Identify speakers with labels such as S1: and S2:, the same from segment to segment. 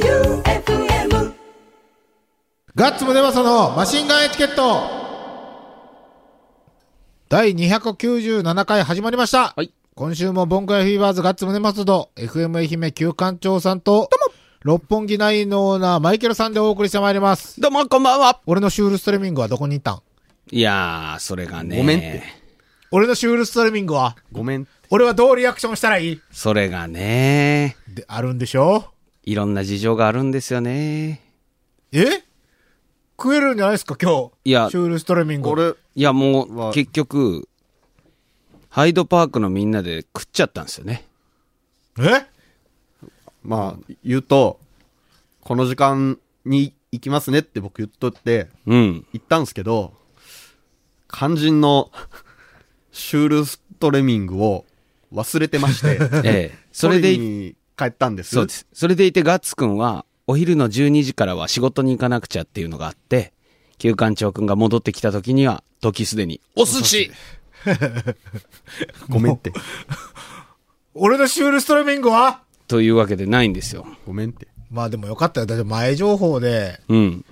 S1: J-O-E-U-F-M
S2: ガッツムネマソのマシンガンエチケット第297回始まりました、
S3: はい
S2: 今週もボンクラフィーバーズガッツムネマソと FM 愛媛旧館長さんと六本木ナインのオーナーマイケルさんでお送りしてまいります
S3: どうも、こんばんは。
S2: 俺のシュールストリーミングはどこに行ったん
S3: いやー、それがね。
S4: ごめんって。
S2: 俺のシュールストリーミングは
S4: ごめん。
S2: 俺はどうリアクションしたらいい
S3: それがね。
S2: であるんでしょ
S3: いろんな事情があるんですよね。
S2: え食えるんじゃないですか今日
S3: いや
S2: シュールストリーミング
S4: 俺、
S3: いや、も
S4: わ
S3: う、結局、ハイドパークのみんなで食っちゃったんですよね。
S2: え
S4: まあ、言うと、この時間に行きますねって僕言っとって、
S3: うん。
S4: 行ったんすけど、肝心のシュールストレミングを忘れてまして、
S3: ええ。それで
S4: 取り
S3: い、
S4: に帰ったんです。
S3: そうです。それでいて、ガッツくんは、お昼の12時からは仕事に行かなくちゃっていうのがあって、旧館長くんが戻ってきた時には、時すでに、お寿司
S4: ごめんって。
S2: 俺のシュールストリーミングは
S3: というわけでないんですよ。
S4: ごめんって。
S2: まあでもよかったよ。だって前情報で、
S3: うん。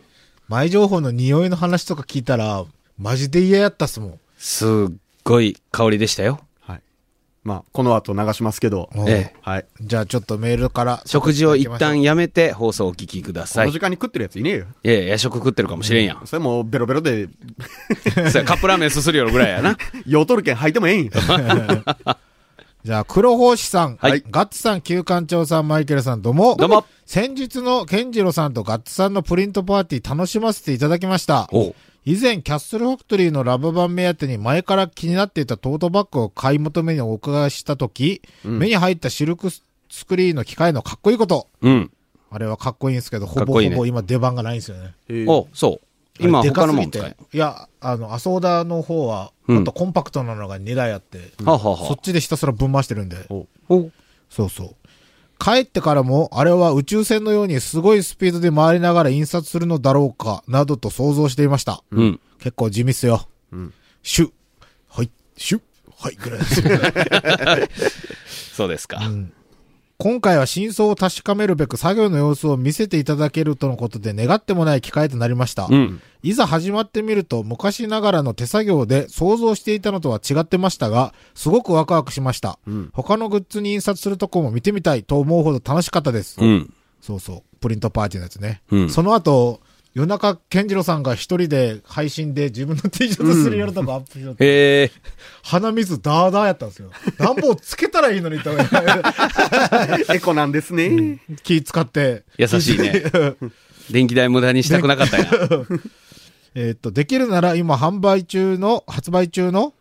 S2: 前情報の匂いの話とか聞いたら、マジで嫌やったっすもん。
S3: すっごい香りでしたよ。
S4: はい。まあ、この後流しますけど、
S2: うん
S3: ええ。
S4: はい。
S2: じゃあちょっとメールから。
S3: 食事を一旦やめて放送をお聞きくだ
S4: こ
S3: さ
S4: の
S3: い。
S4: 時間に食ってるやついねえよ。
S3: いやいや、夜食食ってるかもしれん やん。
S4: それもうベロベロで、
S3: それカップラーメンすするよぐらいやな。
S4: ヨトルケン履いてもええんよ。
S2: じゃあ黒胞子さん、
S3: はい
S2: ガッツさん、旧館長さん、マイケルさん、どうも。
S3: どうも。
S2: 先日のケンジロさんとガッツさんのプリントパーティー楽しませていただきました。
S3: おう
S2: 以前、キャッスルファクトリーのラブ版目当てに前から気になっていたトートバッグを買い求めにお伺いしたとき、目に入ったシルクスクリーンの機械のかっこいいこと。
S3: うん。
S2: あれはかっこいいんですけど、ほ
S3: かっ
S2: ぼ
S3: こい
S2: ほ
S3: いね
S2: ぼ今出番がないんですよね。
S4: ええ
S3: おそう。今
S2: あれで
S3: 他
S2: か
S3: の
S2: す
S3: もん
S2: ぎ
S3: 使
S2: て
S3: え。はい
S2: や、あの、アソーダの方は、
S3: うん
S2: もっとコンパクトなのが2台あって、
S3: あはあ
S2: そっ
S3: は
S2: ちでひたすらぶん回してるんで、
S4: お
S3: あお
S2: そうそう。帰ってからも、あれは宇宙船のようにすごいスピードで回りながら印刷するのだろうか、などと想像していました。
S3: うん。
S2: 結構地味っすよ。シュッ、はい、シュッ、はい、ぐらい です。
S3: そうですか。
S2: 今回は真相を確かめるべく作業の様子を見せていただけるとのことで願ってもない機会となりました。
S3: うん。
S2: いざ始まってみると昔ながらの手作業で想像していたのとは違ってましたが、すごくワクワクしました。他のグッズに印刷するとこも見てみたいと思うほど楽しかったです。
S3: うん。
S2: そうそう。プリントパーティーのやつね。
S3: うん
S2: その後、夜中、健次郎さんが一人で配信で自分の T シャツするやるとこアップしよって、
S3: へえ。鼻
S2: 鼻水ダーダーやったんですよ。暖房つけたらいいのにと
S4: エコなんですね。
S2: 気使って。
S3: 優し いね。電気代無駄にしたくなかったんや。
S2: えーっと、できるなら今販売中の、発売中の、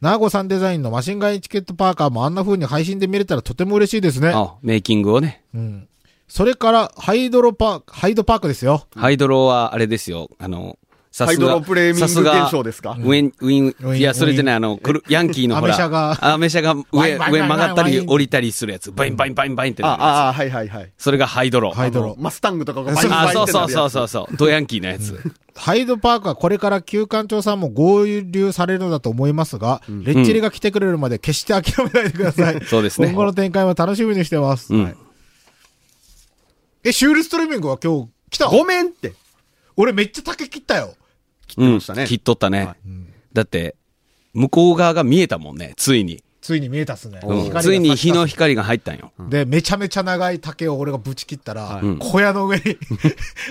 S2: ナーゴさんデザインのマシンガンエチケットパーカーもあんな風に配信で見れたらとても嬉しいですね。
S3: あメイキングをね。
S2: うん。それから、ハイドロパーク、ハイドパークですよ。
S3: ハイドロはあれですよ。あの、さ
S4: ハイ
S3: す
S4: ド
S3: が
S4: ロプレーミング
S3: さすが
S4: 現象ですか
S3: ウィン、
S2: ウ
S3: ウィ
S2: ィン
S3: ン、いや、それじゃない、あの、くるヤンキーのほら、
S2: アメ車が
S3: アメ車が上、
S2: ワインワイン
S3: 上曲がった
S2: ワイン
S3: り
S2: ワイン
S3: 降りたりするやつ。バインバインバインバインって
S4: あ
S3: なるやつ
S4: あ、あはいはいはい。
S3: それがハイドロ。
S2: ハイドロ
S4: あの。マスタングとかが
S2: そう
S3: あ、そうそうそう
S4: う。
S3: そうそう。ドヤンキーのやつ。
S2: ハイドパークはこれから旧館長さんも合流されるのだと思いますが、レッチリが来てくれるまで決して諦めないでください。
S3: そうですね
S2: 今後の展開も楽しみにしてます。
S3: うん。
S2: え、シュールストリーミングは今日来た
S4: ごめんって。
S2: 俺めっちゃ竹切ったよ。
S3: 切って
S4: ましたね
S3: 切っとった
S4: は
S3: ね
S4: い。
S3: だって、向こう側が見えたもんね、ついに。
S2: ついに見えたっすね。
S3: うん
S2: 光が
S3: ついに
S2: 差し
S3: 日
S2: 出す
S3: の光が入ったんよ。
S2: で、めちゃめちゃ長い竹を俺がぶち切ったら、
S3: い
S2: 小屋の上 に、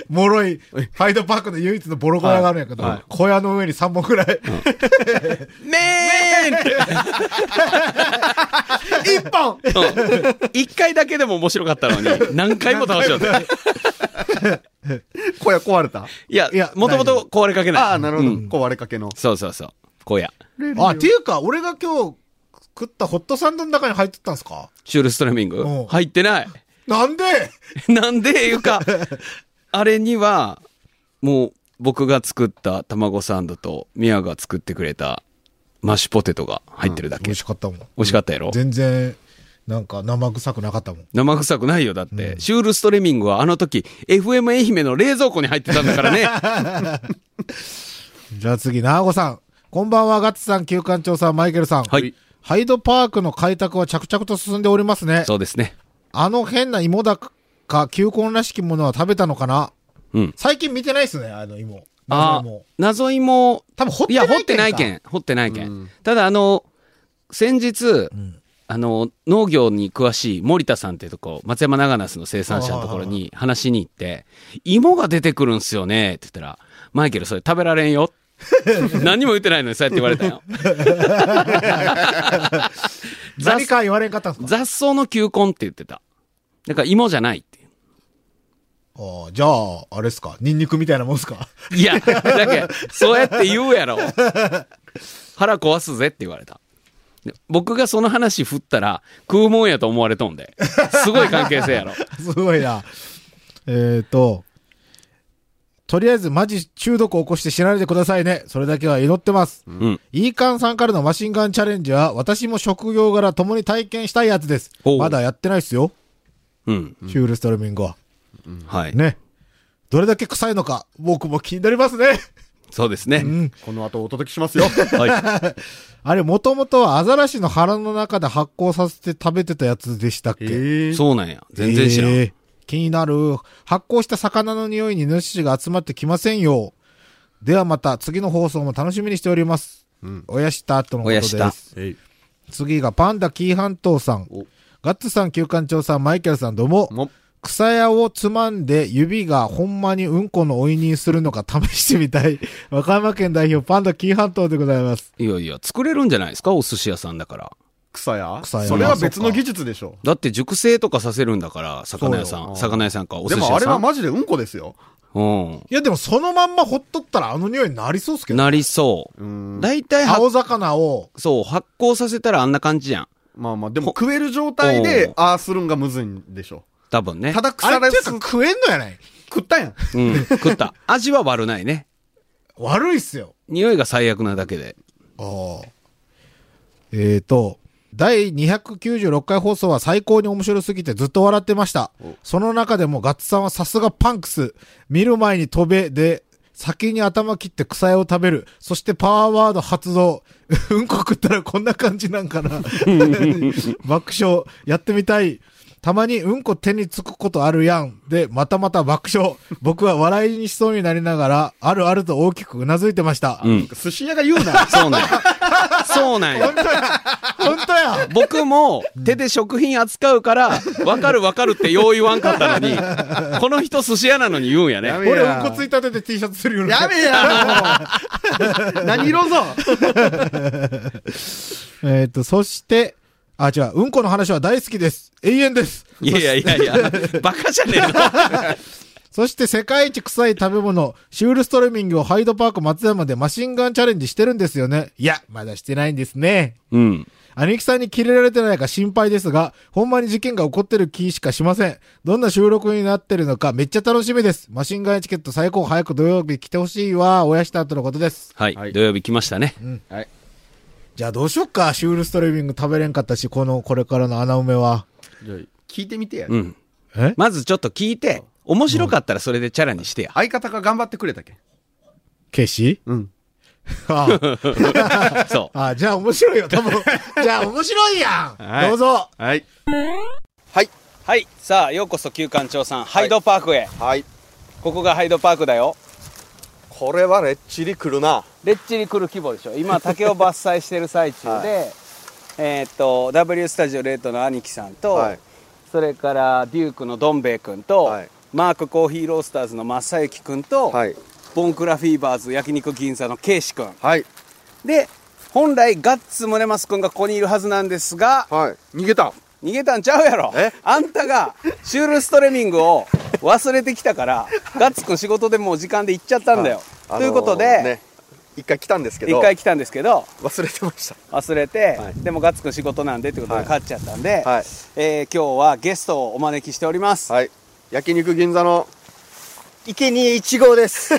S2: もろい、ハイドパークの唯一のボロ小屋があるんやけど、
S4: はい
S2: 小屋の上に3本くらい、
S3: めーんって
S2: 1本
S3: うん一回だけでも面白かったのに、何回も倒しちゃって。
S4: 小屋壊れた
S3: いや
S2: いや、
S3: もともと壊れかけない。
S4: ああ、なるほど。
S3: うん
S4: 壊れかけの。
S3: そうそうそう。こうや。
S2: あ、っていうか、俺が今日食ったホットサンドの中に入ってたんすか
S3: シュールストレミング
S2: うん
S3: 入ってない。
S2: なんで
S3: なんでいうか、あれには、もう僕が作った卵サンドと、ミヤが作ってくれたマッシュポテトが入ってるだけ。
S2: 美味しかったもん。
S3: 美味しかったやろ
S2: 全然、なんか生臭くなかったもん。
S3: 生臭くないよ、だって。シュールストレミングはあの時、FM 愛媛の冷蔵庫に入ってたんだから ね。
S2: じゃあ次、なーごさん。こんばんは、ガッツさん、旧館長さん、マイケルさん。
S3: はい。
S2: ハイドパークの開拓は着々と進んでおりますね。
S3: そうですね。
S2: あの変な芋だか球根らしきものは食べたのかな
S3: うん。
S2: 最近見てないっすね、あの芋。
S3: あ
S2: もう。
S3: 謎芋、
S2: 多分掘っ
S3: い
S2: てない
S3: や、掘ってない
S2: ん
S3: け
S2: か。
S3: ん。掘ってないけ
S4: うん
S3: ん。ただ、あの、先日、
S2: ん
S3: あの、農業に詳しい森田さんってとこ、松山長ナスの生産者のところに話しに行って、芋が出てくるんすよねって言ったら、マイケル、それ食べられんよ。 何も言ってないのに、そうやって言われたよ。雑
S2: 何か言われんかったんすか
S3: 雑草の球根って言ってた。だから芋じゃないって。
S2: あーじゃあ、あれっすかニンニクみたいなもんっすか
S3: いや、だけどそうやって言うやろ。腹壊すぜって言われた。で僕がその話振ったら、食うもんやと思われとんで。すごい関係性やろ。
S2: すごいな。えっと、とりあえずマジ中毒を起こして死なないでくださいね。それだけは祈ってます。
S3: うん。
S2: イーカンさんからのマシンガンチャレンジは、私も職業柄共に体験したいやつです。
S3: ほう
S2: まだやってないっすよ。
S3: うん。
S2: シュールストルミングは。
S3: はい。
S2: ね。どれだけ臭いのか、僕も気になりますね。
S3: そうですね。
S4: この後お届けしますよ。
S3: はい。
S2: あれ、もともとはアザラシの腹の中で発酵させて食べてたやつでしたっけ、
S4: ええ。
S3: そうなんや。全然知らん。
S2: えー気になる。発酵した魚の匂いにイノシシが集まってきませんよ。ではまた、次の放送も楽しみにしております。おやしたとのことです。
S3: おやし
S4: えい
S2: 次がパンダ紀伊半島さん
S4: お。
S2: ガッツさん、旧館長さん、マイケルさん、どうも。
S4: も
S2: 草屋をつまんで指がほんまにうんこのおいにするのか試してみたい。 和歌山県代表、パンダ紀伊半島でございます。
S3: いやいや、作れるんじゃないですかお寿司屋さんだから。
S4: 草や
S2: 草や
S4: それは別の技術でしょ。
S3: だって熟成とかさせるんだから、魚屋さ
S4: そうよ
S3: ん。魚屋さんか、お
S4: で
S3: 寿
S4: も
S3: 司
S4: あ
S3: 屋
S4: れ
S3: さ
S4: は
S3: ん。
S4: マジでうんこですよ。
S3: うん。
S2: いや、でもそのまんまほっとったらあの匂いになりそうっすけど。
S3: なりそう
S4: う。ん。
S3: 大体は、
S2: 青魚を、
S3: そう、発酵させたらあんな感じやん。
S4: まあまあ、でも食える状態で
S3: おう、
S4: ああするんがむずいんでしょ。
S3: 多分ね。
S4: ただ
S2: あ
S4: 腐
S2: れ
S4: ら
S2: っていう
S4: す
S2: か、食えんのやない
S4: 食ったやん。
S3: うん、食った。味は悪ないね。
S2: 悪いっすよ。
S3: 匂いが最悪なだけで。
S2: ああ。えーと、第296回放送は最高に面白すぎてずっと笑ってました。その中でもガッツさんはさすがパンクス。見る前に飛べで、先に頭切って草屋を食べる。そしてパワーワード発動。 うんこ食ったらこんな感じなんか な。爆笑。やってみたい。たまにうんこ手につくことあるやん。で、またまた爆笑。僕は笑いにしそうになりながら、あるあると大きくうなずいてました。
S3: うん。
S4: 寿司屋が言うな。
S3: そうなんや。そうなん や。
S2: 本当や
S3: 僕も手で食品扱うから、わかるわかるってよう言わんかったのに、この人寿司屋なのに言うんや
S4: や
S3: ね。
S4: め
S2: 俺、
S4: や。
S2: うんこついたてで T シャツするようにな
S4: や
S2: った
S4: めや、もう。 何色ぞ。
S2: えっ、と、そして、あ、違う、うんこの話は大好きです。永遠です。
S3: いやいやいやいや、バカじゃねえの。
S2: そして、世界一臭い食べ物、シュールストレミングをハイドパーク松山でマシンガンチャレンジしてるんですよね。いや、まだしてないんですね。
S3: うん。
S2: 兄貴さんにキレられてないか心配ですが、ほんまに事件が起こってる気しかしません。どんな収録になってるのかめっちゃ楽しみです。マシンガンエチケット最高早く土曜日来てほしいわ。おやした後のことです。
S3: はい、
S4: はい
S3: 土曜日来ましたね。
S4: はい。
S2: じゃあどうしよっか。シュールストレミング食べれんかったし、この、これからの穴埋めは。
S4: じゃあ聞いてみてや
S3: う。ん。
S2: え
S3: まずちょっと聞いて、面白かったらそれでチャラにしてや。
S4: 相方が頑張ってくれたけ。
S2: ケシ
S4: うん。
S2: あ
S3: そ
S2: ああ、じゃあ面白いよ、多 分。じゃあ面白いやん、
S4: はい
S2: どうぞ
S4: はい。
S3: う。はい。さあ、ようこそ旧館長さん、ハイドパークへ。
S4: はい。
S3: ここがハイドパークだよ。
S4: これはレッチリ来るな。
S3: レッチリ来る規模でしょ今竹を伐採してる最中で、 えーっと W スタジオレートの兄貴さんと、
S4: はい
S3: それからデュークのどん兵衛君と、
S4: はい
S3: マークコーヒーロースターズの正幸君と、
S4: はい。
S3: ボンクラフィーバーズ焼肉銀座のケイシ君
S4: はい。
S3: で本来ガッツムネマス君がここにいるはずなんですが
S4: はい。逃げた。
S3: 逃げたんちゃうやろ
S4: え
S3: あんたがシュールストレミングを忘れてきたから ガッツ君仕事でもう時間で行っちゃったんだよ、
S4: あのー
S3: ということで、
S4: ね一回来たんですけ
S3: 一
S4: ど、
S3: 回来たんですけど
S4: 忘れてました。
S3: 忘れて、
S4: はい
S3: でもガッツくん仕事なんでってことで
S4: はい
S3: 勝っちゃったんで、
S4: はい
S3: えー今日はゲストをお招きしております、
S4: はい。焼肉銀座の、
S5: 池に一号です。よ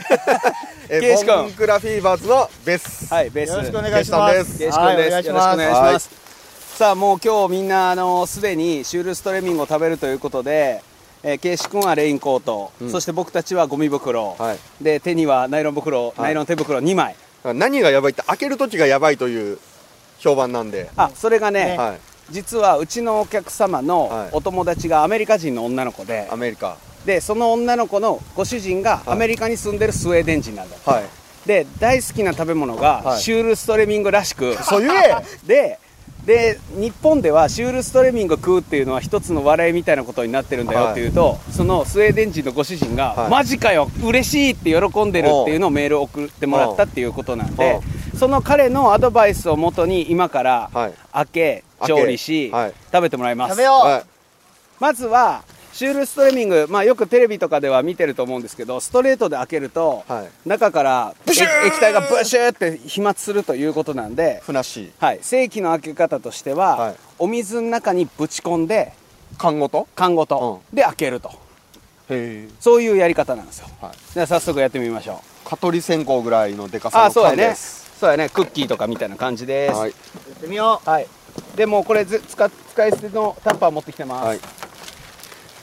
S4: え
S3: ケイシ君
S4: ボンクラフィーバーズのベス。
S3: はいベース
S5: ろしくお願いしま
S4: ゲ
S5: す。
S3: ゲーシ君です、よろしくお願いし
S5: は
S3: ます、さあもう今日みんなあのすでにシュールストレミングを食べるということで、えー、ケイシ君はレインコート、そして僕たちはゴミ袋、
S4: はい
S3: で手にはナイロン袋、
S4: い
S3: ナイロン手袋2枚
S4: 何がやばいって開ける時がやばいという評判なんで、
S3: あそれがね
S4: はい
S3: 実はうちのお客様の
S6: はい
S3: お友達がアメリカ人の女の子で、
S6: アメリカ
S3: でその女の子のご主人がアメリカに住んでるスウェーデン人なんだって、
S6: はい
S3: で大好きな食べ物が
S6: はい
S3: シュールストレミングらしく、
S5: そう言え
S3: でで日本ではシュールストレミング食うっていうのは一つの笑いみたいなことになってるんだよっていうと、そのスウェーデン人のご主人が、
S6: はい
S3: マジかよ嬉しいって喜んでるっていうのをメールを送ってもらったっていうことなんでその彼のアドバイスをもとに今から
S6: はい
S3: 開け調理し、
S6: はい
S3: 食べてもらいます
S5: 食べよう
S6: は
S3: まずはシュールストレミング、まあ、よくテレビとかでは見てると思うんですけどストレートで開けると、
S6: はい
S3: 中から液液体がブシューって飛沫するということなんで
S6: い、ふなっしー
S3: はい、正規の開け方としては、
S6: はい
S3: お水の中にぶち込んで
S6: 缶ごと
S3: 缶ごとで開けると、
S6: へえ
S3: そういうやり方なんですよ、
S6: はい
S3: では早速やってみましょう
S6: 蚊取り線香ぐらいのでか
S3: あ
S6: さ
S3: あ
S6: の
S3: そうや
S6: 缶
S3: ね
S6: です
S3: そうやねクッキーとかみたいな感じです
S6: は
S3: はい、
S6: い
S5: やってみよ
S3: でもうこれず使使い捨てのタッパー持ってきてます、
S6: はい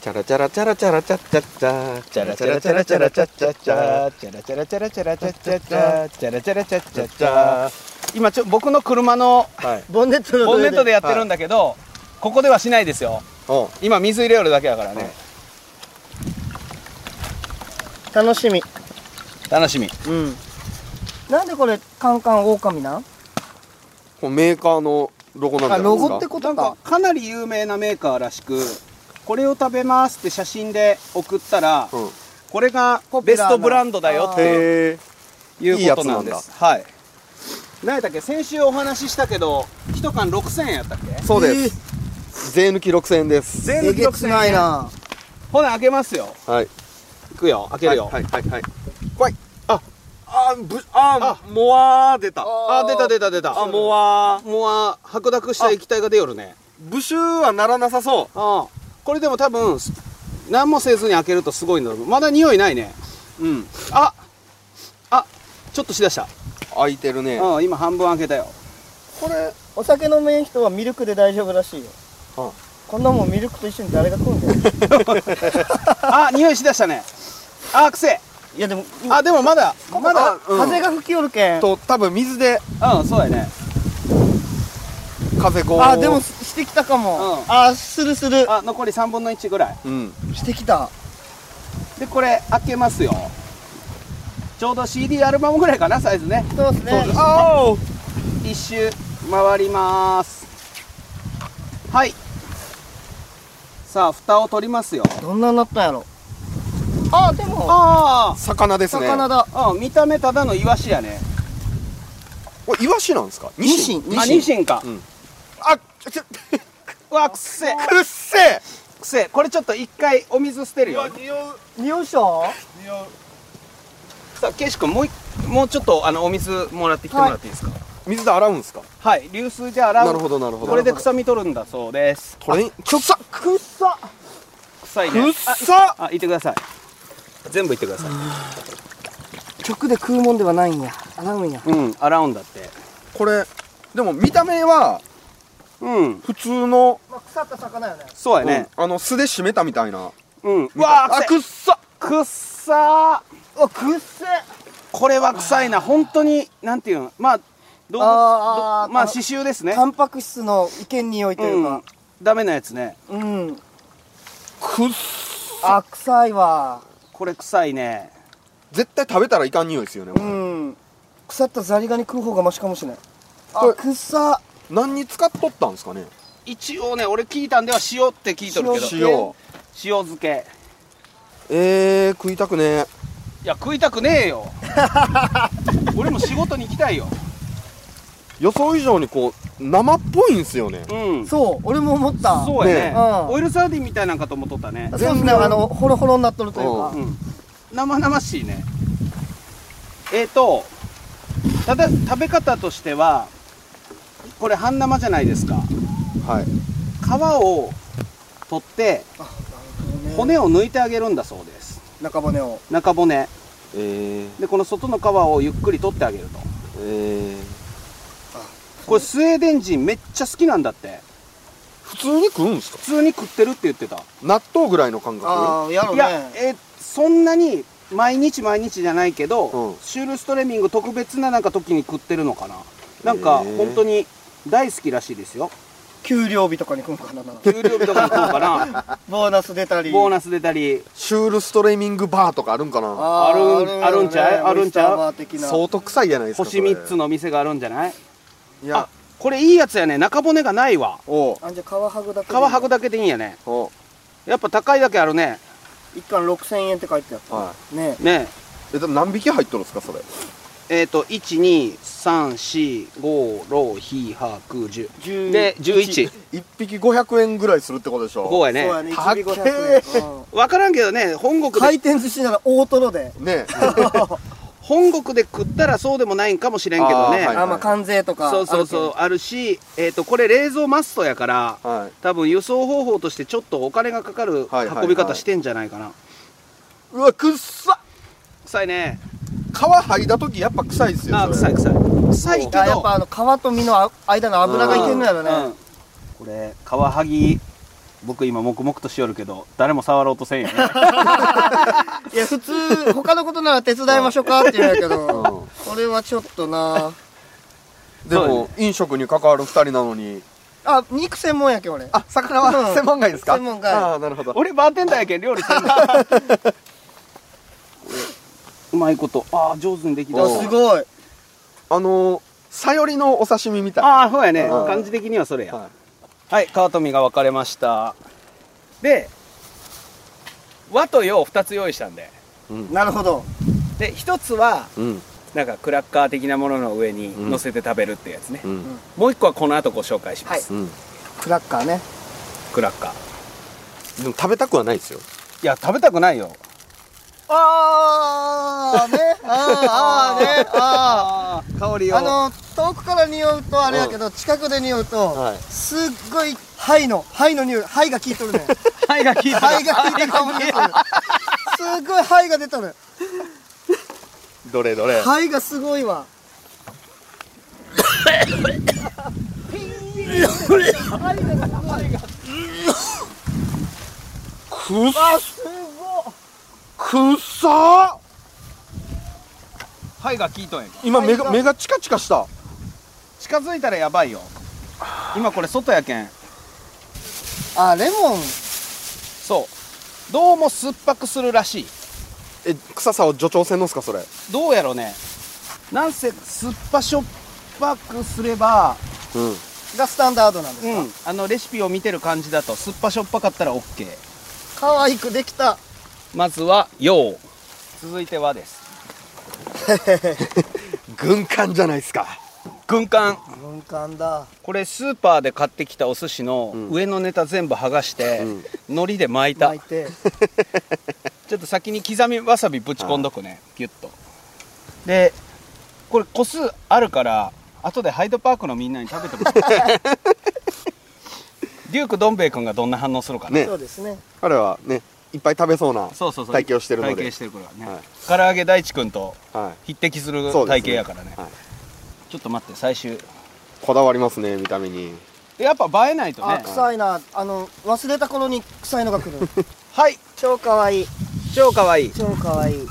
S6: チャラチャラチャラチャラチャチャチャチ
S5: う
S6: ャラチャラチャラチャラチャチャチャ
S5: チャラチャラチャラチャラチャチャチ
S6: ャ
S5: チャラチャラチャチ
S6: チャチャ
S3: 今ちょ僕の車の
S6: はい
S5: ボンネットの
S3: ボンネットでや
S5: や
S3: ってるんだけど、ここではしないですよ
S6: お
S3: 今水入れよるだけだからね、
S5: 楽しみ
S3: 楽しみ
S5: うんなんでこれカンカンオオカミなん
S6: これメーカーのロゴなんじゃ
S5: あ
S6: ないですか
S5: ロゴってこ
S3: な
S5: と
S3: んか
S5: か
S3: かなり有名なメーカーらしくこれを食べますって写真で送ったら、
S6: うん
S3: これが
S5: ポピ
S3: ベ
S5: ュラ
S3: ス
S5: ーな
S3: トブランドだよって
S6: へえ
S3: いうことなんです
S6: いいやつ
S3: はい何やったっけ先週お話ししたけど一缶6000円やったっけ
S6: そうです税抜き6000円です
S3: 税
S5: え
S3: 抜き
S5: げつな
S3: 6000
S5: い
S3: 円
S5: な
S3: ほな開けますよ
S6: はい
S3: いくよ開けるよ、
S6: はいはいはい怖いああぶあもわー出た
S3: あ出た出た出た
S6: あもわー
S3: もうは白濁した液体が出よるね
S6: ブシューはならなさそ
S3: ああこれでも多分す何もせずに開けるとすごいんだろうまだ匂いないねうんああちょっとしだした、
S6: う開いてるね
S3: うん、今半分開けたよ
S5: これお酒飲めん人はミルクで大丈夫らしいよ
S6: あ
S5: こんなもんミルクと一緒に誰が食うんだよ
S3: あ匂いしだしたねあくせえ
S5: いやでも今
S3: あでもまだ
S5: ここ
S3: まだ
S5: あ風が吹きよるけん
S6: と多分水で
S3: うんそうやね
S6: 風こう
S5: あでもししてきたかも、
S3: うん
S5: あするする
S3: あ残り3分の1ぐらい
S6: うん
S5: してきた
S3: でこれ開けますよちょうど CD アルバムぐらいかなサイズね
S5: そうですね
S6: あお
S3: 一周回りますはいさあ蓋を取りますよ
S5: どんなになったんやろあでも
S3: あ
S6: 魚ですね
S5: 魚だ
S3: あうん見た目ただのイワシやね
S6: これイワシなんですかニシン
S5: ニシン
S3: あニシンか、
S6: うんあちょ ちょ
S3: うわくっせえ
S6: くっせえ
S3: くっせえこれちょっと一回お水捨てるよ
S5: 匂いしょ
S3: さあケイシ君もういもうちょっとあのお水もらってきてもらっていいですか
S6: 水で洗うんですか
S3: はい、流水で洗う
S6: なるほどなるほど
S3: これで臭み取るんだそうです
S6: これにくっさ
S5: くっさ
S3: 臭いね
S6: くっさ
S3: あ、いてください全部いってください
S5: 直で食うもんではないんや洗うんや
S3: うん、洗うんだって
S6: これでも見た目は
S3: うん、
S6: 普通の
S5: まあ、腐った魚よね
S3: そうやね
S6: うんあの素で締めたみたいな
S3: うん、うわー臭
S6: あく
S3: い
S6: っさ
S3: くっさー
S5: あくっせ
S3: これは臭いな本当になんていうのまあ動物
S5: あーあー
S3: どまあ
S5: た
S3: 刺繍ですね
S5: タンパク質の意見においという
S3: う
S5: か
S3: ん、ダメなやつね
S5: うん、
S6: くっさ
S5: あ臭いわ
S3: これ臭いね
S6: 絶対食べたらいかん匂いですよね、
S5: うん腐ったザリガニ食う方がマシかもしれない
S6: こ
S5: あ
S6: れ
S5: くっさ
S6: 何に使っとったんですかね
S3: 一応ね俺聞いたんでは塩って聞いとるけど
S5: 塩
S3: 塩
S6: 塩
S3: 漬け
S6: えー、食いたくね
S3: いや食いたくねえ よ俺も仕事に行きたいよ
S6: 予想以上にこう生っぽいんすよね
S3: うん
S5: そう俺も思った
S3: そうやね
S6: ね
S5: うん
S3: オイルサーディンみたいなんかと思っとったね
S5: そうですねあのホロホロになっとるというか
S6: う
S3: うん生々しいねえっ、ー、とただ食べ方としてはこれ半生じゃないですか
S6: はい
S3: 皮を取って骨を抜いてあげるんだそうです
S5: 中骨を
S3: 中骨
S6: えー、
S3: でこの外の皮をゆっくり取ってあげると
S6: えー、
S3: これスウェーデン人めっちゃ好きなんだって
S6: 普通に食うんすか
S3: 普通に食ってるって言ってた
S6: 納豆ぐらいの感覚
S5: ああやろ
S3: いうや
S5: ね
S3: えーそんなに毎日毎日じゃないけど、
S6: うん
S3: シュールストレミング特別ななんか時に食ってるのかななんか
S6: へー
S3: 本当に大好きらしいですよ
S5: 給料日とかに来るのかな
S3: 給料日とかに来るの かな
S5: ボーナス出たり
S3: ボーナス出たり
S6: シュールストレーミングバーとかあるんかな
S5: あー
S3: あるんあるんちゃう
S5: よね
S3: あるんちゃう
S5: オイスターバー的な
S6: 相当臭いじゃないですか
S3: 星3つ
S6: の
S3: の店があるんじゃない
S6: い
S3: あ
S6: や
S3: これいいやつやね中骨がないわ
S6: おう
S5: あじゃあ皮剥ぐだけ
S3: 皮剥ぐ
S5: だ
S3: だけでいいんやね
S6: おう
S3: やっぱ高いだけあるね
S5: 一貫6000円って書いてあった、
S6: は
S5: ね
S3: ね
S6: えでも何匹入っとるんですかそれ
S3: えっ、と12345678910
S5: 10
S3: で11
S6: 一匹500円ぐらいするってことでし
S3: 5
S6: ょ
S3: や
S5: そう
S3: ね
S5: やね
S6: 高っ
S5: 1尾500円、うん
S3: 分からんけどね本国
S5: 回
S3: で
S5: 転寿司なら大トロで
S6: ね
S3: 本国で食ったらそうでもないんかもしれんけどね、
S6: あーはい
S5: あまあ関税とか
S3: そうそうそうあるし、えっとこれ冷蔵マストやから
S6: えはい
S3: 多分輸送方法としてちょっとお金がかかる
S6: はいはいはい
S3: 運び方してんじゃないかな、
S6: うわくっさ
S3: 臭いね
S6: 皮剥いだ時やっぱ臭いですよ
S3: あー臭い臭い臭いけ
S5: あるけどあやっ
S3: ど
S5: ぱあの皮と身のあ間の油がいけるんだろうね、
S3: うんこれカワハギ僕今黙々としよるけど誰も触ろうとせんよね
S5: いや普通他のことなら手伝いましょうかって言うんやけどこれはちょっとな
S6: でも飲食に関わる二人なのに
S5: あ肉専門やけん俺
S6: あ魚
S5: うん
S6: は専門外ですか
S5: 専門外
S6: ああなるほど
S3: 俺バーテンダーやけん料理せん のうまいことああ上手にできた
S5: あすごい
S6: あのーさよりのお刺身みたい
S3: ああそうやね
S6: うん
S3: 感じ的にはそれや
S6: は
S3: はい川富が分かれましたで和と洋2つ用意したんで
S5: なるほど
S3: で1つは
S7: うん
S3: なんかクラッカー的なものの上に乗せて食べるってやつね、
S7: うん
S3: もう1個はこの後ご紹介します、
S7: うん
S5: クラッカーね
S3: クラッカー
S7: でも食べたくはないですよ
S3: いや食べたくないよ
S5: あーねあーあーねあ
S3: 香り
S5: ーあの遠くから匂うとあれやけど近くで匂うと
S7: はい
S5: すっごい灰の灰の匂い灰が効いとる ね
S3: 肺が効いてる
S5: 灰が効いてる香りがするすっごい灰が出とる
S6: どれどれ
S5: 灰がすごい わ
S6: くっくっさー
S3: 肺が効いとんやん
S6: 今目が目がチカチカした
S3: 近づいたらやばいよ今これ外やけん
S5: あレモン
S3: そうどうも酸っぱくするらしい
S6: え臭さを助長せんのすかそれ
S3: どうやろうねなんせ酸っぱしょっぱくすれば
S6: うん
S5: がスタンダードなんです
S3: うんあのレシピを見てる感じだと酸っぱしょっぱかったら OK
S5: 可愛くできた
S3: まずは洋続いて和です
S6: 軍艦じゃないですか
S3: 軍艦
S5: 軍艦だ
S3: これスーパーで買ってきたお寿司の上のネタ全部剥がして、海苔で巻いた
S5: 巻いて
S3: ちょっと先に刻みわさびぶち込んどくねギュッとでこれ個数あるから後でハイドパークのみんなに食べて もらうデュークどん兵衛君がどんな反応するかな、
S6: ね
S5: そうですね
S6: 彼はねいっぱい食べそうな
S3: そうそうそう
S6: 体型をしてるので
S3: 体型してるからね、
S6: はい
S3: 唐揚げ大地君と
S6: は
S3: 匹敵する
S6: いそうで
S3: 体
S6: す
S3: 型やからね
S6: はい
S3: ちょっと待って最終
S6: こだわりますね見た目に
S3: やっぱ映えないと
S5: あ
S3: ね
S5: 臭いなあの忘れた頃に臭いのが来る
S3: はい
S5: 超可愛い
S3: 超かわいい
S5: 超可愛い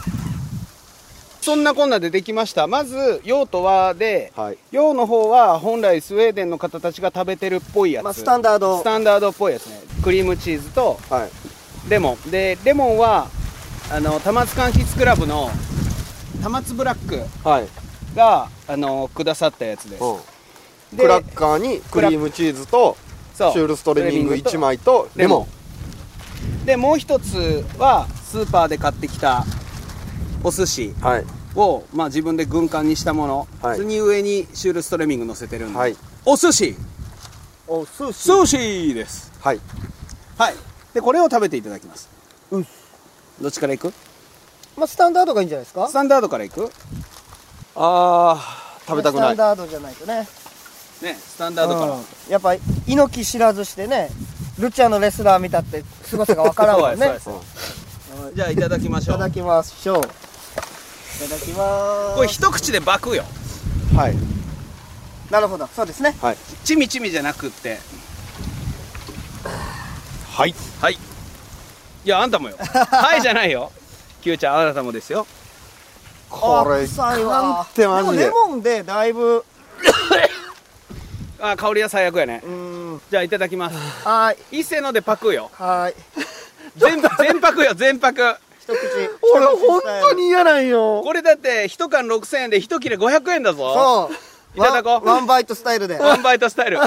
S3: そんなこんなでできましたまず洋と和で
S6: はい
S3: 洋の方は本来スウェーデンの方たちが食べてるっぽいやつ、
S5: まあスタンダード
S3: スタンダードっぽいやつねクリームチーズと
S6: はい
S3: レモンでレモンはあの玉津柑橘クラブの玉津ブラック
S6: はい
S3: があのくださったやつです
S6: うん
S3: で
S6: クラッカーにクリームチーズとシ
S3: そ
S6: ュールストレミング
S3: スト
S6: 1枚とレモ
S3: でもう一つはスーパーで買ってきたお寿司
S6: ンはい
S3: を、まあ、自分で軍艦にしたもの、
S6: はい
S3: 普通に上にシュールストレミング乗せてるんで、
S6: はい
S3: お寿司
S5: お寿司
S3: 寿司です
S6: はい
S3: はいでこれを食べていただきます
S5: うっ
S3: どっちからいく
S5: まあスタンダードがいいんじゃないですか
S3: スタンダードからいく
S6: あー食べたく
S5: スタ
S6: な
S5: ン
S6: い
S5: ダードじゃないとね
S3: ねスタンダードから、
S5: うんやっぱ猪木知らずしてねルチャのレスラー見たって凄さがわから んもんね
S3: そうやそうやそうやじゃあいただきまし
S5: い
S3: ょ
S5: た
S3: う
S5: だきましょういただきま
S3: これ
S5: ーす
S3: 一口でバクよ
S6: はい
S5: なるほどそうですね
S3: チミチミじゃなくって
S6: はい
S3: はいいやあんたも よはいじゃないよキューちゃんあなたもですよ
S6: これ
S5: 臭いわ
S6: ってマジで
S5: もレモンでだいぶ
S3: あー香りは最悪やね
S5: うーん
S3: じゃあいただきます
S5: はーい。
S3: 伊勢のでパクよ
S5: はーい。
S3: 全全パクよ全パク
S5: 一口。
S6: 俺
S5: 一口
S6: 本当に嫌なんよ。
S3: これだって一缶6000円で一切れ500円だぞ
S5: そう。
S3: いただこう
S5: ワンワンバイトスタイルで。
S3: ワンバイトス タイル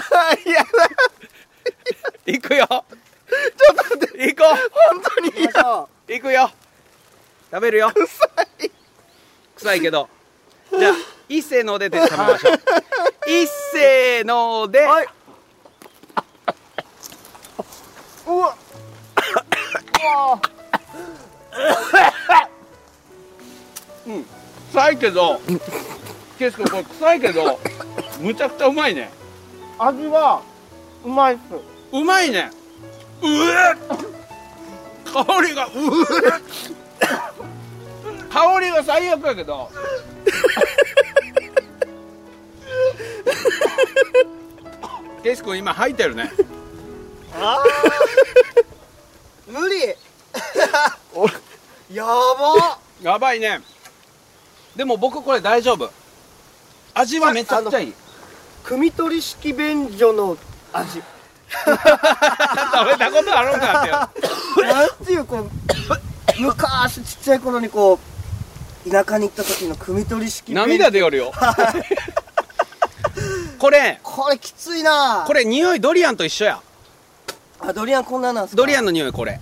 S3: 行くよちょっと待って行こ
S5: 行きましょ
S3: う行くよ食べるよ臭い臭いけどじゃあ伊勢のでで食べま しょう伊勢ので臭いけどケイス君これ臭いけどむちゃくちゃうまいね
S5: う味は、うまいっす。
S3: うまいねうえ香りがうえ香りが最悪やけどケシ君今吐いてるね
S5: 無理やば
S3: やばいねでも僕これ大丈夫味はめちゃくちゃいい
S5: 汲み取り式便所の味
S3: 食べたことあるんかって
S5: なんていうこう昔ちっちゃい頃にこう田舎に行った時の汲み取り式便所
S3: 涙出よるよこれ
S5: これきついな
S3: これ匂いドリアンと一緒や
S5: あドリアンこんななんすか
S3: ドリア
S5: ン
S3: ンの匂いこれ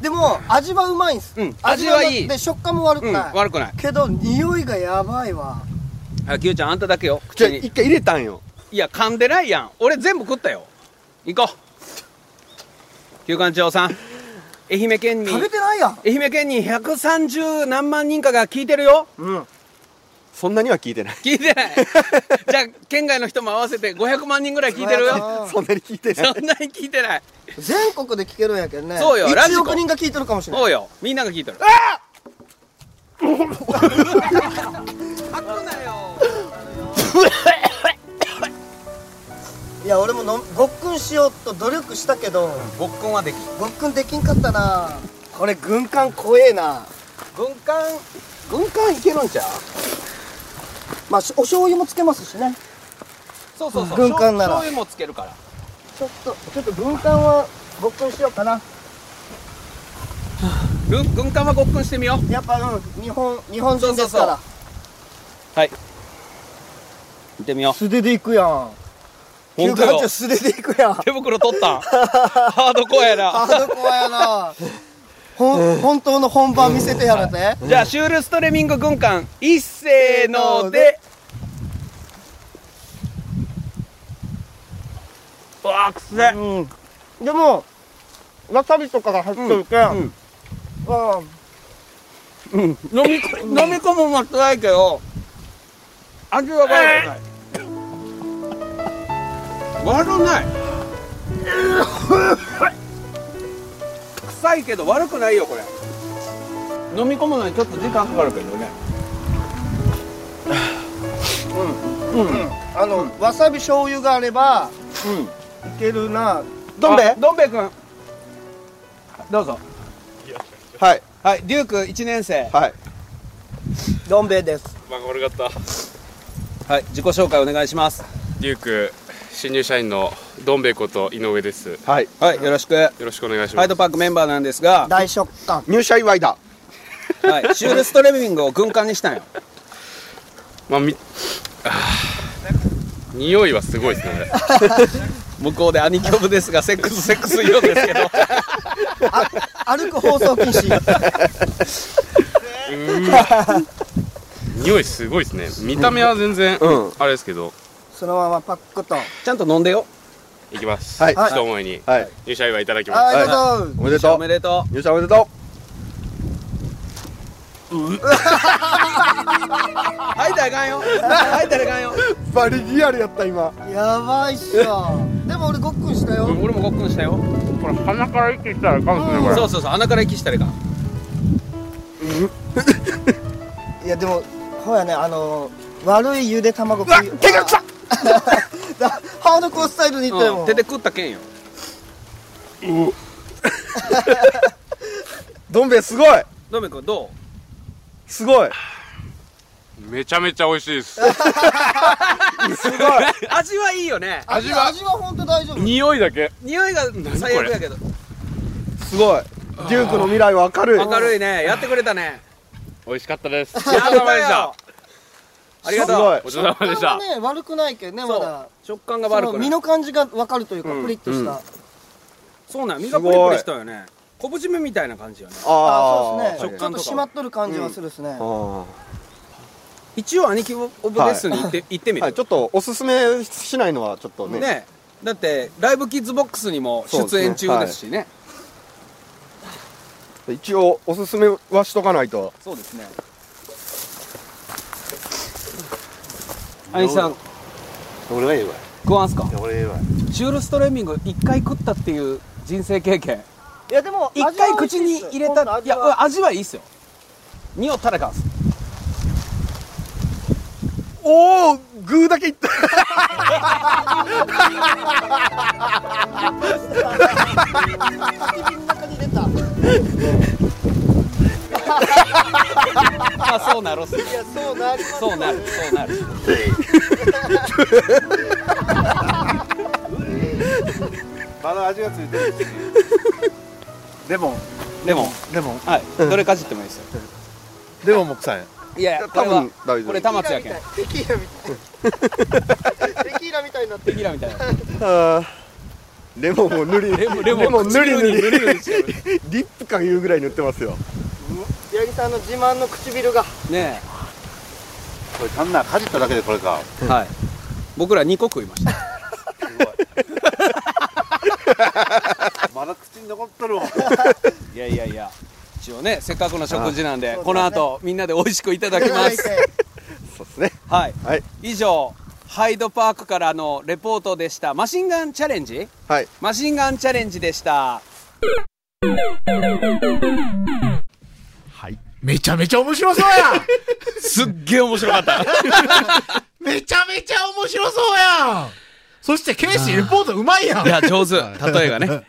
S5: でも味はうまいんす、
S3: うん味はいい
S5: で食感も悪
S3: う
S5: く
S3: ん
S5: ない、
S3: 悪くない
S5: けど匂いがやばいわ
S3: あキュウちゃんあんただけよ
S6: じゃ
S3: 口
S6: あ
S3: に
S6: 一回入れたんよ。
S3: いや噛んでないやん俺全部食ったよ行こう旧館長さん愛媛県民
S5: 食べてないやん
S3: 愛媛県民130何万人かが聞いてるよ
S6: そんなには聞いてない。
S3: 聞いてない じゃあ県外の人も合わせて500万人ぐらい聞いてるよ
S5: あー
S6: そんなに聞いて
S3: そ
S6: ない。
S3: んなに聞いてない
S5: 全国で聞けるんやけどね
S3: そうよラジ
S5: 1
S3: コ
S5: 億人が聞いてるかもしれない
S3: そうよみんなが聞いてる吐くなよ
S5: いや俺ものごっくんしようと努力したけど
S3: ごっくんはできん
S5: ごっくんできんかったなこれ軍艦怖えな
S3: 軍艦
S5: 軍艦いけるんちゃうまあしお醤油もつけますしね
S3: そうそうそう
S5: 軍艦なら
S3: 醤油もつけるから
S5: ちょっとちょっと軍艦はごっくんしようかな
S3: 軍軍艦はごっくんしてみよう
S5: やっぱうん日本日本人ですから
S3: 行ってみよう
S5: 素手でいくやん
S3: 本当よ
S5: 旧館長素手でいくやん
S3: 手袋取ったんハードコアや
S5: ハ
S3: な
S5: ードコアやなほん本当の本番見せてやるぜ
S3: じゃあシュールストレミング軍艦いっせーのでうわーくせ
S5: うんでもわさびとかが入ってるけん、うん
S3: 飲み込飲み込むも辛いけど味は悪くない、悪ない臭いけど悪くないよこれ飲み込むのにちょっと時間かかるけどね
S5: あの、わさび醤油があればいけるな
S3: どん兵衛どん兵衛君どうぞ
S6: はい。
S3: はいデューク1年生
S6: はい。
S5: どん兵衛です
S3: はい自己紹介お願いします
S8: リューク新入社員のどん兵衛こと井上ですよ
S6: はい。
S3: はいよろしく
S8: ろしくお願いしま
S3: ハイ
S8: す
S3: ドパークメンバーなんですが、
S5: 大食感
S6: 入社祝いだ。
S3: はい、シュールストレミングを軍艦にしたんよ
S8: まあみあー匂いはすごいですねこ
S3: 向こうで兄貴ョブですがセックスセックス言うんですけど
S5: 歩く放送禁止
S8: れ匂いすごいですね見た目は全然
S6: うん
S8: あれですけど
S5: そのままパック と
S3: ちゃんと飲んでよ
S8: いきます
S6: はい
S8: 一思いに
S6: はい。
S8: 入社祝いいただきます
S5: はいどうぞ
S6: おめでと
S3: お
S6: う
S3: め。でと
S6: 入社おめでと
S3: う吐いたらあかん よ吐いたらあかんよ
S6: う。バリリアルやった今。
S5: やばいっしょでも俺ごっくんしたよ
S3: 俺もごっくんしたよ
S8: これ鼻から息したらかむっすね
S3: そうそうそう穴から息したらいいかん
S5: いやでもほやねあの悪いゆで卵食いうわ手が くさハードコースタイルにいったよ
S3: う
S5: も
S3: ん
S5: う
S3: 手で食ったけんよ
S6: どん兵衛すごい。
S3: どめくんど
S6: すごい。
S8: めちゃめちゃ美味しいです。
S9: 味はいいよね
S5: 味は味は本当大丈夫
S8: 匂いだけ。
S9: 匂いが最悪やけど
S4: すごいデュークの未来は明るい
S9: 明るいねやってくれたね
S8: 美味しかったです。
S9: やったよありがとう
S8: ごちそうさまでし
S5: 食感
S8: た。
S5: がね悪くないけどねまだ
S9: 食感が
S5: そ
S9: 悪
S5: の
S9: くな
S5: 身
S9: い
S5: の感じが分かるというかプリッとした
S9: そうなん身がプリプリしたよね昆布締めみたいな感じよね
S5: ああそうです
S9: 食
S5: ねちょっ
S9: 感と
S5: と
S9: か
S5: 締まっとる感じはするですね
S4: あ
S9: 一応兄貴オブデスに行って行ってみ
S4: ーはい
S9: る
S4: ちょっとおすすめしないのはちょっとね
S9: ねだってライブキッズボックスにも出演中ですしね
S4: 一応おすすめはしとかないと
S9: そうですね兄さん
S6: 俺はええわ
S9: 食わんすか
S6: 俺ええわ
S9: シュールストレーミング一回食ったっていう人生経験
S5: いやでも
S9: 一回口に入れたい
S5: や
S9: や味はいいっすよ匂ったらかんす
S4: おおグーだけいった
S5: 口の中に入れた
S9: あそうなるっす
S5: いやそうなります
S9: そうなるそうなる
S6: まだ味がついてる
S9: レモンレモン
S6: レモン
S9: はいどれかじってもいいっすよ
S6: レモンも臭い
S9: いやいやこ
S4: 多
S9: れは
S4: 分大丈夫
S9: これ玉津やけん
S5: テキーラみたいテキーラみたいになって
S9: テ
S5: る
S9: キーラみたいな
S4: あーレモンを塗り
S9: レモン
S4: レモン塗り塗り
S9: 口の上に塗り塗りしてる
S4: リップかいうぐらい塗ってますよ
S5: 八木さんの自慢の唇が
S9: ね
S6: これ単なるかじっただけでこれか
S9: えはい僕ら2個食いました
S6: まだ口に残っとるわ
S9: いやいやいや一応ねせっかくの食事なんで
S5: あ
S9: この後みんなで美味しくいただきます
S4: そうですね
S9: はい、
S4: はい
S9: 以上ハイドパークからのレポートでしたマシンガンチャレンジ
S4: はい
S9: マシンガンチャレンジでした
S2: めちゃめちゃ面白そうや ん
S3: すっげえ面白かった。
S2: めちゃめちゃ面白そうやんそして、ケイシー、レポートうまいやん
S3: いや、上手。例えがね。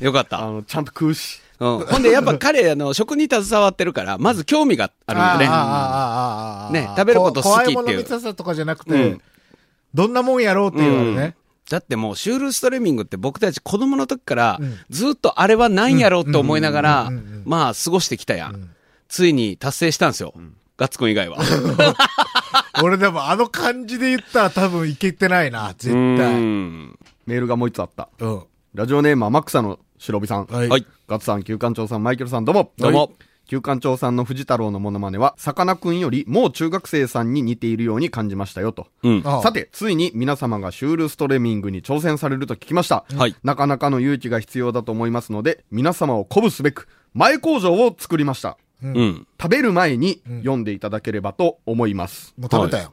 S3: よかった。
S4: あのちゃんと食うし
S3: うん。ほんで、やっぱ彼、あの、食に携わってるから、まず興味があるんで
S2: あーあーあ
S3: ね。
S2: ーあーあー
S3: ね食べること好きっていう
S2: 怖いもの見たさとかじゃなくて、
S3: うん
S2: どんなもんやろうっていうのね。
S3: だってもう、シュールストレミングって僕たち子供の時から、ずっとあれは何やろうと思いながら
S2: うんうんうんうん、
S3: まあ、過ごしてきたやん。ついに達成したんですよ。ガッツくん以外は。
S2: 俺でもあの感じで言ったら多分いけてないな、絶
S3: う
S2: 対。
S3: ん
S4: メールがもう一つあった
S2: うん。
S4: ラジオネーム天草の白帯さん、
S2: はい。
S3: はい。
S4: ガッツさん旧館長さんマイケルさんどうも
S3: どうも。
S4: 旧館長さんの藤太郎のモノマネはさかなクンよりもう中学生さんに似ているように感じましたよと
S3: うん。
S2: ああ
S4: さ、て、ついに皆様がシュールストレミングに挑戦されると聞きました。
S3: はい
S4: なかなかの勇気が必要だと思いますので、皆様を鼓舞すべく、前工場を作りました。
S3: うん。
S4: 食べる前に読んでいただければと思います。
S2: もう食べたよ。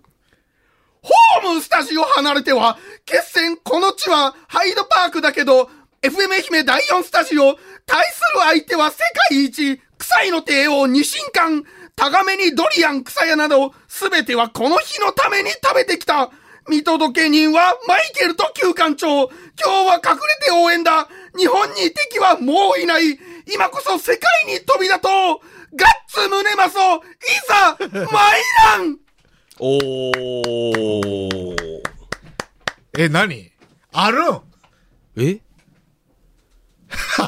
S4: ホームスタジオ離れては、決戦この地はハイドパークだけど、FM 愛媛第4スタジオ、対する相手は世界一、臭いの帝王二神館、タガメにドリアン草屋など、すべてはこの日のために食べてきた。見届け人はマイケルと旧館長。今日は隠れて応援だ。日本に敵はもういない。今こそ世界に飛び立とう。ガッツ胸マソ、いざ、マイラン
S3: おー。
S2: え、何あるん
S3: え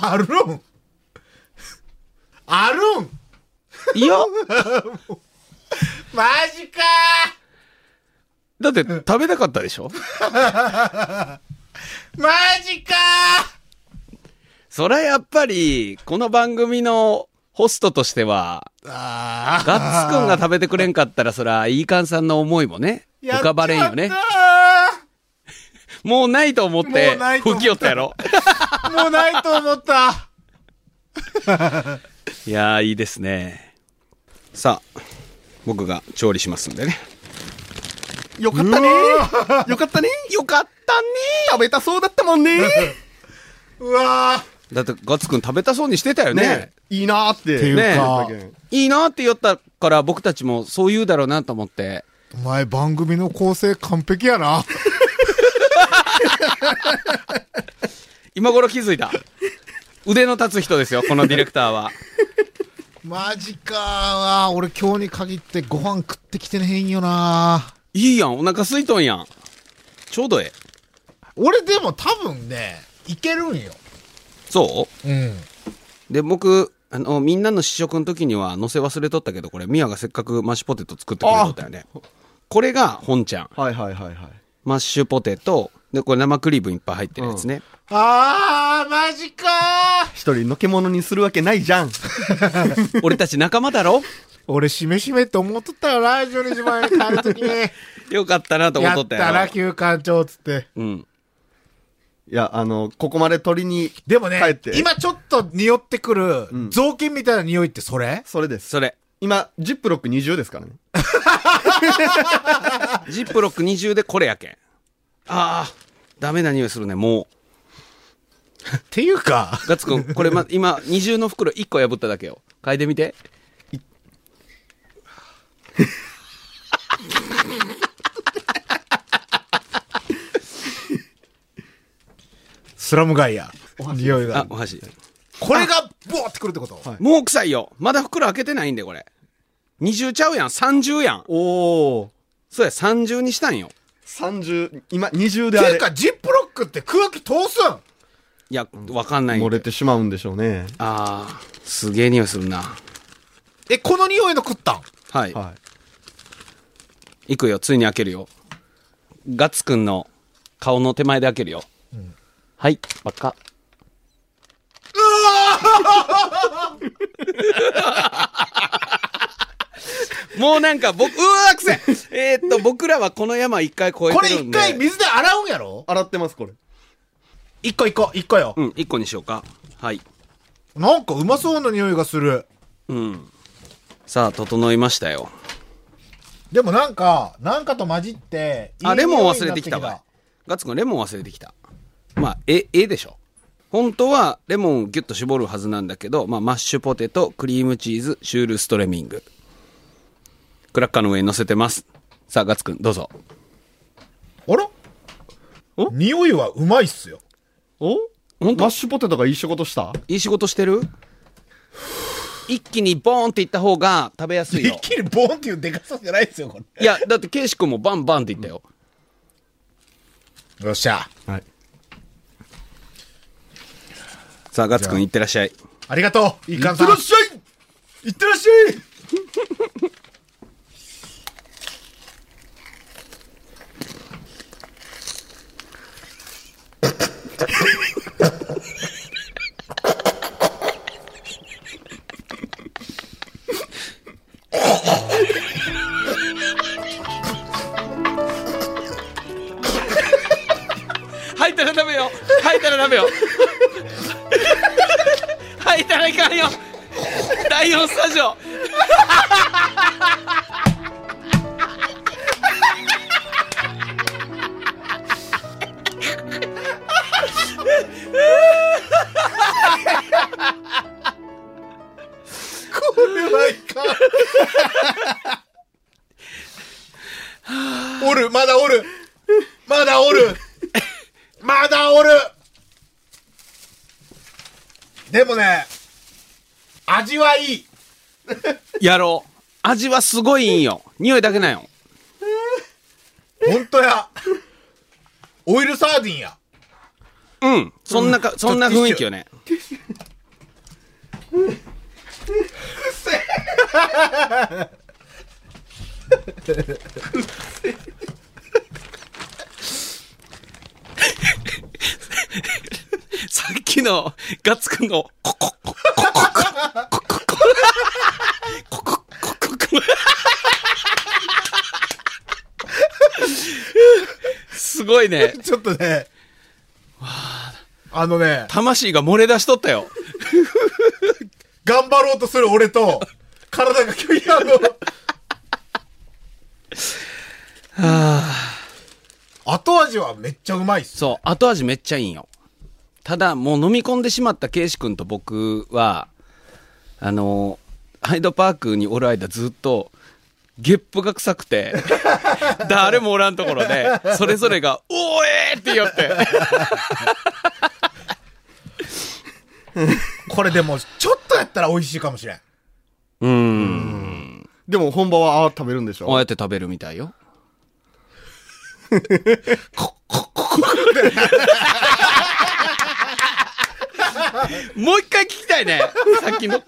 S2: あるんあるん
S3: いや、
S2: マジか
S3: だって食べたかったでしょ
S2: ーマジか
S3: そりゃやっぱり、この番組のホストとしては、
S2: ーあー
S3: ガッツくんが食べてくれんかったら、そりゃ、イーカンさんの思いもね、浮かばれんよね
S2: やっ。ち
S3: もうないと思っ
S2: も
S3: て
S2: うない、と思
S3: 吹
S2: った
S3: き寄ったやろ。
S2: まったーもうないと思った。
S3: いやー、いいですね。さあ、僕が調理しますんでね。
S4: よかったねよかったね
S3: よかったね
S4: 食べたそうだったもんね
S2: うわー
S3: だって、ガッツくん食べたそうにしてたよね
S4: ね。いいなーって。
S2: ていう
S3: ね
S2: か、
S3: いいなって言ったから、僕たちもそう言うだろうなと思って。
S2: お前番組の構成完璧やな。
S3: 今頃気づいた。腕の立つ人ですよ、このディレクターは。
S2: マジかーあー俺今日に限ってご飯食ってきてねへんよなー
S3: いいやん、お腹空いとんやん。ちょうどええ。
S2: 俺でも多分ね、いけるんよ。
S3: そ
S2: うん。
S3: うで、僕、あの、みんなの試食の時には乗せ忘れとったけど、これ、ミヤがせっかくマッシュポテト作ってくれとったよね。これが本ちゃん。
S10: はいはいはいはい。
S3: マッシュポテト、で、これ生クリームいっぱい入ってるやつね。
S2: あー、マジかー
S10: 一人のけ者にするわけないじゃん。
S3: 俺たち仲間だろ
S2: 俺、しめしめって思っとったよな、12時前に帰るときに。
S3: よかったなと思っ
S2: や
S3: と
S2: っ
S3: った
S2: たら、
S3: や
S2: 休館長っつって。
S3: ろ。うん。
S10: いや、あの、ここまで取りに、
S2: でもね
S10: 帰って、
S2: 今ちょっと匂ってくる
S10: う、ん
S2: 雑巾みたいな匂いってそれ
S10: それです。
S3: それ。
S10: 今、ジップロック20ですからね。
S3: ジップロック20でこれやけん。ああ、ダメな匂いするね、も
S2: っていう か、
S3: う。ガッツくん、これま、今、二重の袋1個破っただけよ。嗅いでみて。
S2: スラム街や。匂いが、。
S3: あお箸。
S2: これが、ボーってくるってこと
S3: もう臭いよ。まだ袋開けてないんで、これ。二重ちゃうやん、三重やん。
S10: おー。
S3: そうや、三重にしたんよ。
S10: 30、今、20で
S2: っ
S10: あ
S2: てい
S10: れ
S2: う。か、ジップロックって空気通すん
S3: いや、わかんないん
S10: 漏
S3: よ
S10: れてしまうんでしょうね。
S3: ああ、すげえ匂いするな。
S2: え、この匂いの食ったん
S3: はい。
S10: は
S3: 行くよ、ついに開けるよ。ガッツくんの顔の手前で開けるよ。はい、ばっか。もうなんか僕、うわーくせええーっと、僕らはこの山一回越え
S2: こ
S3: て
S2: れ
S3: る
S2: 一
S3: んで。
S2: 回水で洗うんやろ
S10: い。洗ってます、これ。
S2: 一個一個、一個よ。
S3: うん、一個にしようか。はい。
S2: なんかうまそうな匂いがする。
S3: うん。さあ、整いましたよ。
S2: でもなんか、なんかと混じって、いい
S3: あ、レモン
S2: 匂いに
S3: 忘れ
S2: なって
S3: きたわ。ガッツくん、レモン忘れてきた。まあ、え、えでしょ。本当は、レモンをギュッと絞るはずなんだけど、まあ、マッシュポテト、クリームチーズ、シュールストレミング。クラッカーの上に乗せてます。さあ、ガッツくん、どうぞ。
S2: あら
S10: お
S2: 匂いはうまいっすよ。
S10: お
S3: ほんと
S10: マッシュポテトがいい仕事した
S3: いい仕事してる一気にボーンっていった方が食べやすいよ
S2: 一。気にボーンっていうでかさじゃないですよ、こ
S3: いや、だって、ケイシ君もバンバンっていったよ。
S2: れ。よっしゃ。
S10: はい。
S3: さあ、ガッツくん、いってらっしゃい。
S2: ありがとう、いい感
S10: い
S2: さ
S10: ってらっ。
S2: ん
S10: しゃい
S2: いってらっしゃい
S3: 吐いたらダメよ吐いたらダメよ 吐いたらいかんよ第4スタジオ
S2: これはいかん。おる、まだおる。まだお る。まだおる。でもね、味はいい。
S3: やろう味はすごいいいんよ匂いだけなんよ
S2: ほんとや。オイルサーディンや。
S3: うんそんなか、そんな雰囲気よねさっきのガッツくんのコココココココココココココすごいね
S2: ちょっとね、あのね、
S3: 魂が漏れ出しとったよ
S2: 頑張ろうとする俺と、体が拒否 反応。後味はめっちゃうまいっす。
S3: そう、後味めっちゃいいんよ。ただ、もう飲み込んでしまったケイシ君と僕は、あの、ハイドパークにおる間ずっと、ゲップが臭くて、誰もおらんところで、それぞれが、おーえーって言おって。
S2: これでも、ちょっとやったら美味しいかもしれん。
S3: うーん。
S10: でも本場はああ食べるんでし
S3: こう
S10: ょ
S3: やって食べるみたいよ。もう一回聞きたいね。さっきの。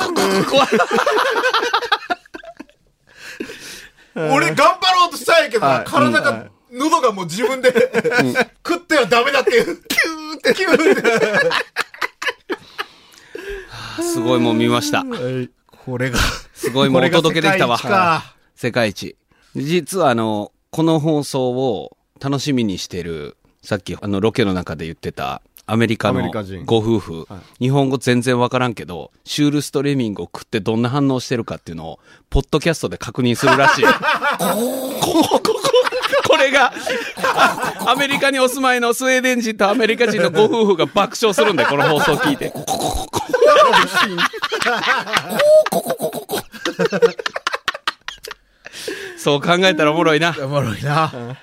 S2: 俺頑張ろうとしたんやけどな、
S10: はい
S2: 体
S10: うんは
S2: が
S10: い、
S2: 喉がもう自分で、 食ってはダメだっていう、キューって、キューって。
S3: すごいもん見ました。
S2: これが、
S3: すごいもんお届けできたわ。
S2: これが
S3: 世界一。実はあの、この放送を楽しみにしてる、さっきあのロケの中で言ってた、アメリカ
S10: アメ
S3: の
S10: リカ人
S3: ご夫婦、日本語全然わからんけど、シュールストリーミングを食ってどんな反応してるかっていうのを、ポッドキャストで確認す るらしい。こここここれが、 アメリカにお住まいのスウェーデン人とアメリカ人のご夫婦が爆笑するんで、この放送聞いて。そう考えたらおもろいな。
S2: おもろいな。は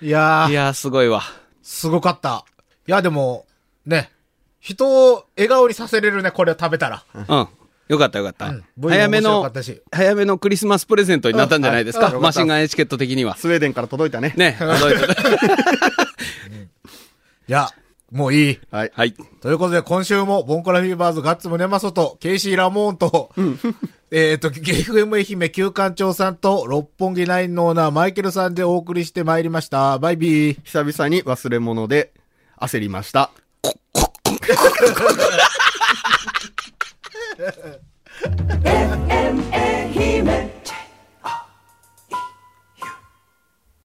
S2: ぁいや
S3: い
S2: ー、
S3: やー、すごいわ。
S2: すごかった。いや、でも、ね、人を笑顔にさせれるね、これを食べたら。
S3: うん。よかったよかった。
S2: うん部位も
S3: 早め
S2: 面白か
S3: の
S2: ったし、
S3: 早めのクリスマスプレゼントになったんじゃないですか。
S10: うんうん
S3: マシンガンエチケット的には。
S10: スウェーデンから届いたね。
S3: ね。届いた
S2: いや、もういい。
S10: はい。
S3: はい。
S2: ということで、今週も、ボンコラフィーバーズガッツムネマソと、ケイシー・ラモーンと、 えっと、FM 愛媛旧館長さんと、六本木ナインのオーナーマイケルさんでお送りしてまいりました。バイビー。
S10: 久々に忘れ物で焦りました。